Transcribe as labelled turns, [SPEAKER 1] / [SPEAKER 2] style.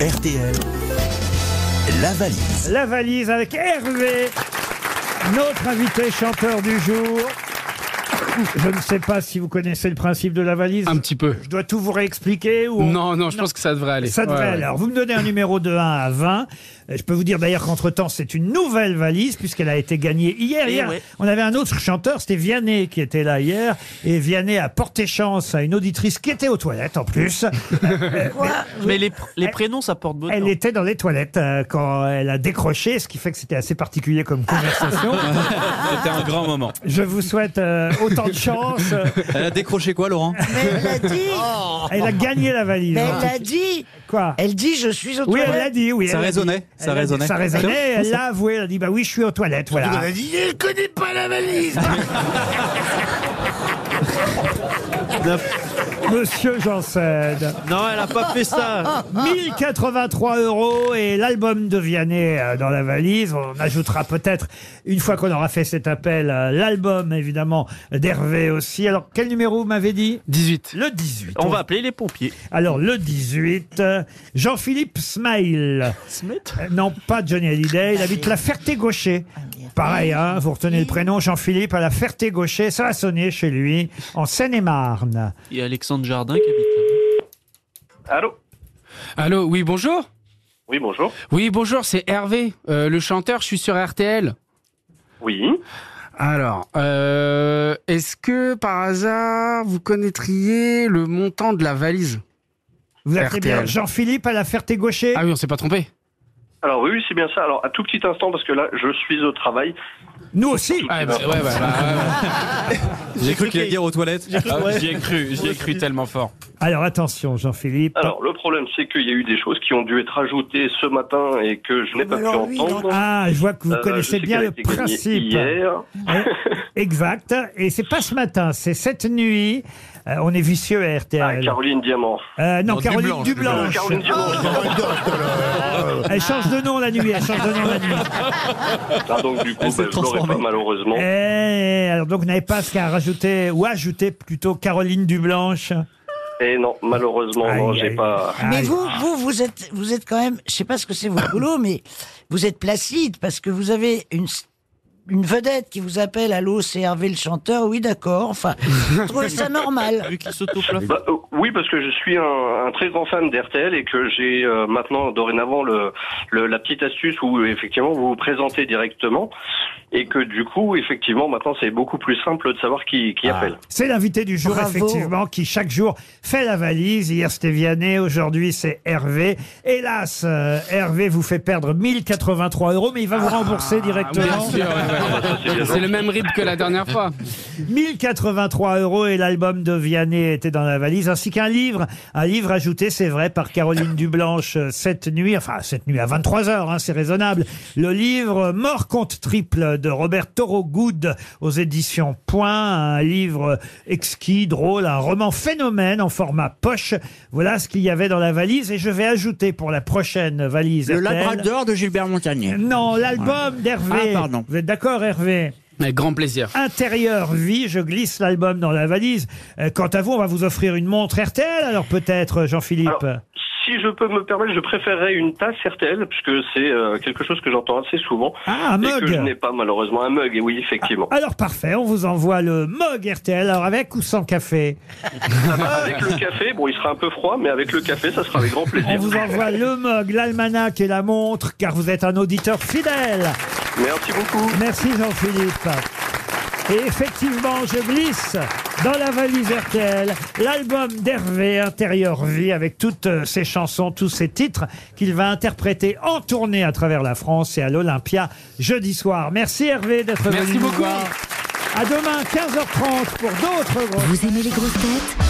[SPEAKER 1] RTL, la valise.
[SPEAKER 2] La valise avec Hervé, notre invité chanteur du jour. Je ne sais pas si vous connaissez le principe de la valise.
[SPEAKER 3] Un petit peu.
[SPEAKER 2] Je dois tout vous réexpliquer ou on-
[SPEAKER 3] Non, non, je pense que ça devrait aller.
[SPEAKER 2] Ça devrait
[SPEAKER 3] Ouais, ouais.
[SPEAKER 2] aller. Alors, vous me donnez un numéro de 1 à 20. Euh, Je peux vous dire d'ailleurs qu'entre-temps, c'est une nouvelle valise puisqu'elle a été gagnée hier. Hier,
[SPEAKER 4] ouais.
[SPEAKER 2] on avait un autre chanteur, c'était Vianney qui était là hier. Et Vianney a porté chance à une auditrice qui était aux toilettes en plus.
[SPEAKER 4] Mais les, pr- les prénoms, ça porte bonheur.
[SPEAKER 2] Elle était dans les toilettes euh, quand elle a décroché, ce qui fait que c'était assez particulier comme conversation.
[SPEAKER 5] C'était un grand moment.
[SPEAKER 2] Je vous souhaite euh, autant de chance.
[SPEAKER 5] Elle a décroché quoi, Laurent
[SPEAKER 6] Mais elle l'a dit,
[SPEAKER 2] Elle a gagné la valise. hein.
[SPEAKER 6] mais elle l'a dit,
[SPEAKER 2] Quoi
[SPEAKER 6] elle dit je suis au
[SPEAKER 2] Oui, elle l'a dit. Oui,
[SPEAKER 5] Ça
[SPEAKER 2] elle l'a
[SPEAKER 5] résonnait,
[SPEAKER 2] dit.
[SPEAKER 5] ça
[SPEAKER 2] Elle l'a dit,
[SPEAKER 5] résonnait.
[SPEAKER 2] Ça résonnait. Elle l'a avoué. Elle a dit bah oui, je suis aux toilettes. Voilà.
[SPEAKER 6] dit, je connais pas la valise.
[SPEAKER 2] Monsieur Janssen.
[SPEAKER 4] Non, elle a pas fait ça.
[SPEAKER 2] 1083 euros et l'album de Vianney euh, dans la valise. On ajoutera peut-être, une fois qu'on aura fait cet appel, euh, l'album évidemment d'Hervé aussi. Alors, quel numéro vous m'avez dit
[SPEAKER 3] 18.
[SPEAKER 2] Le 18.
[SPEAKER 4] On va appeler les pompiers.
[SPEAKER 2] Alors, le 18, euh, Jean-Philippe Smile.
[SPEAKER 4] Smith
[SPEAKER 2] Euh, Non, pas Johnny Hallyday. Il habite la Ferté-Gaucher. Pareil, hein, vous retenez le prénom Jean-Philippe à la Ferté-Gaucher. Ça a sonné chez lui, en Seine-et-Marne.
[SPEAKER 4] Il y a Alexandre Jardin qui habite là.
[SPEAKER 7] Allô
[SPEAKER 3] Allô, oui, bonjour
[SPEAKER 7] Oui, bonjour.
[SPEAKER 3] Oui, bonjour, c'est Hervé, euh, le chanteur, je suis sur RTL.
[SPEAKER 7] Oui.
[SPEAKER 3] Alors, euh, est-ce que par hasard, vous connaîtriez le montant de la valise
[SPEAKER 2] Vous appelez bien
[SPEAKER 3] RTL.
[SPEAKER 2] Jean-Philippe à la Ferté-Gaucher
[SPEAKER 3] Ah oui, on s'est pas trompé.
[SPEAKER 7] Alors oui, oui, c'est bien ça. Alors un tout petit instant parce que là, je suis au travail.
[SPEAKER 2] Nous aussi
[SPEAKER 3] Ah, bah, ouais, bah, bah, ouais,
[SPEAKER 5] J'ai cru qu'il allait dire aux toilettes.
[SPEAKER 3] ouais. Ah, J'y ai cru, j'y ai cru tellement fort.
[SPEAKER 2] Alors attention, Jean-Philippe.
[SPEAKER 7] Alors le problème, c'est qu'il y a eu des choses qui ont dû être ajoutées ce matin et que je n'ai pas pu
[SPEAKER 6] Alors, lui,
[SPEAKER 7] entendre.
[SPEAKER 2] Ah, je vois que vous
[SPEAKER 7] Euh, je
[SPEAKER 2] connaissez
[SPEAKER 7] sais
[SPEAKER 2] bien
[SPEAKER 7] qu'elle a
[SPEAKER 2] le
[SPEAKER 7] été gagnée
[SPEAKER 2] principe.
[SPEAKER 7] Hier.
[SPEAKER 2] Hein, exact. Et c'est pas ce matin, c'est cette nuit. Euh, on est vicieux à RTL.
[SPEAKER 7] Ah, Caroline Diamant.
[SPEAKER 2] Euh, non,
[SPEAKER 5] Non,
[SPEAKER 2] Caroline Dublanche.
[SPEAKER 5] Dublanche,
[SPEAKER 7] Caroline Diamant.
[SPEAKER 2] Ah. Elle change de nom la nuit. Elle change de nom la nuit.
[SPEAKER 7] Ah, donc du coup,
[SPEAKER 5] Elle s'est
[SPEAKER 7] ben, je l'aurais
[SPEAKER 5] transformée.
[SPEAKER 7] pas malheureusement.
[SPEAKER 2] Eh, alors donc, vous n'avez pas ce qu'à rajouter ou ajouter plutôt Caroline Dublanche.
[SPEAKER 7] Et Eh non, malheureusement, Oh, non,
[SPEAKER 2] Aïe,
[SPEAKER 7] j'ai
[SPEAKER 2] aïe.
[SPEAKER 7] pas.
[SPEAKER 6] Mais
[SPEAKER 2] Aïe.
[SPEAKER 6] vous, vous, vous êtes, vous êtes quand même, je sais pas ce que c'est votre boulot, mais vous êtes placide parce que vous avez une s- une vedette qui vous appelle allô, c'est Hervé le chanteur. Oui, d'accord. Enfin, je trouve ça normal.
[SPEAKER 4] Vu qu'il s'autoplafonne.
[SPEAKER 7] Bah, euh, oui, parce que je suis un, un très grand fan d'RTL et que j'ai euh, maintenant dorénavant le, le- la petite astuce où effectivement vous vous présentez directement et que du coup effectivement maintenant c'est beaucoup plus simple de savoir qui, qui appelle.
[SPEAKER 2] C'est l'invité du jour,
[SPEAKER 6] Bravo.
[SPEAKER 2] effectivement, qui chaque jour fait la valise. Hier, c'était Vianney, aujourd'hui, c'est Hervé. Hélas, euh, Hervé vous fait perdre 1083 euros, mais il va vous
[SPEAKER 7] Ah.
[SPEAKER 2] rembourser
[SPEAKER 3] Bien
[SPEAKER 2] directement.
[SPEAKER 3] sûr, ouais, ouais.
[SPEAKER 7] Ça, c'est bien.
[SPEAKER 3] C'est le même rythme que la dernière fois.
[SPEAKER 2] 1083 euros et l'album de Vianney était dans la valise, ainsi qu'un livre. Un livre ajouté, c'est vrai, par Caroline Dublanche euh, cette nuit, enfin cette nuit à 23 heures, hein, c'est raisonnable. Le livre Mort contre triple de Robert Thorogood aux éditions Point, un livre exquis, drôle, un roman phénomène en format poche. Voilà ce qu'il y avait dans la valise et je vais ajouter pour la prochaine valise.
[SPEAKER 8] Le
[SPEAKER 2] RTL.
[SPEAKER 8] Labrador de Gilbert Montagnier.
[SPEAKER 2] Non, l'album d'Hervé.
[SPEAKER 8] Ah, pardon.
[SPEAKER 2] Vous êtes d'accord, Hervé
[SPEAKER 3] Avec grand plaisir.
[SPEAKER 2] Intérieur Vie. Je glisse l'album dans la valise. Euh, Quant à vous, on va vous offrir une montre RTL, alors peut-être, Jean-Philippe.
[SPEAKER 7] Alors- Si je peux me permettre, je préférerais une tasse RTL puisque c'est euh, quelque chose que j'entends assez souvent
[SPEAKER 2] Ah, un
[SPEAKER 7] et que je
[SPEAKER 2] mug. Ah.
[SPEAKER 7] n'ai pas malheureusement un mug. Et oui, effectivement,
[SPEAKER 2] Alors parfait, on vous envoie le mug RTL, alors avec ou sans café
[SPEAKER 7] avec le café, bon, il sera un peu froid, mais avec le café, ça sera avec grand
[SPEAKER 2] On
[SPEAKER 7] plaisir.
[SPEAKER 2] vous envoie le mug, l'almanach et la montre, car vous êtes un auditeur fidèle.
[SPEAKER 7] Merci beaucoup.
[SPEAKER 2] Merci Jean-Philippe. Et effectivement, je glisse dans la valise RTL l'album d'Hervé Intérieur Vie avec toutes euh, ses chansons, tous ses titres qu'il va interpréter en tournée à travers la France et à l'Olympia jeudi soir. Merci Hervé d'être venu.
[SPEAKER 3] Merci
[SPEAKER 2] nous
[SPEAKER 3] beaucoup.
[SPEAKER 2] voir. À demain 15h30 pour d'autres grosses
[SPEAKER 9] Vous aimez les grosses têtes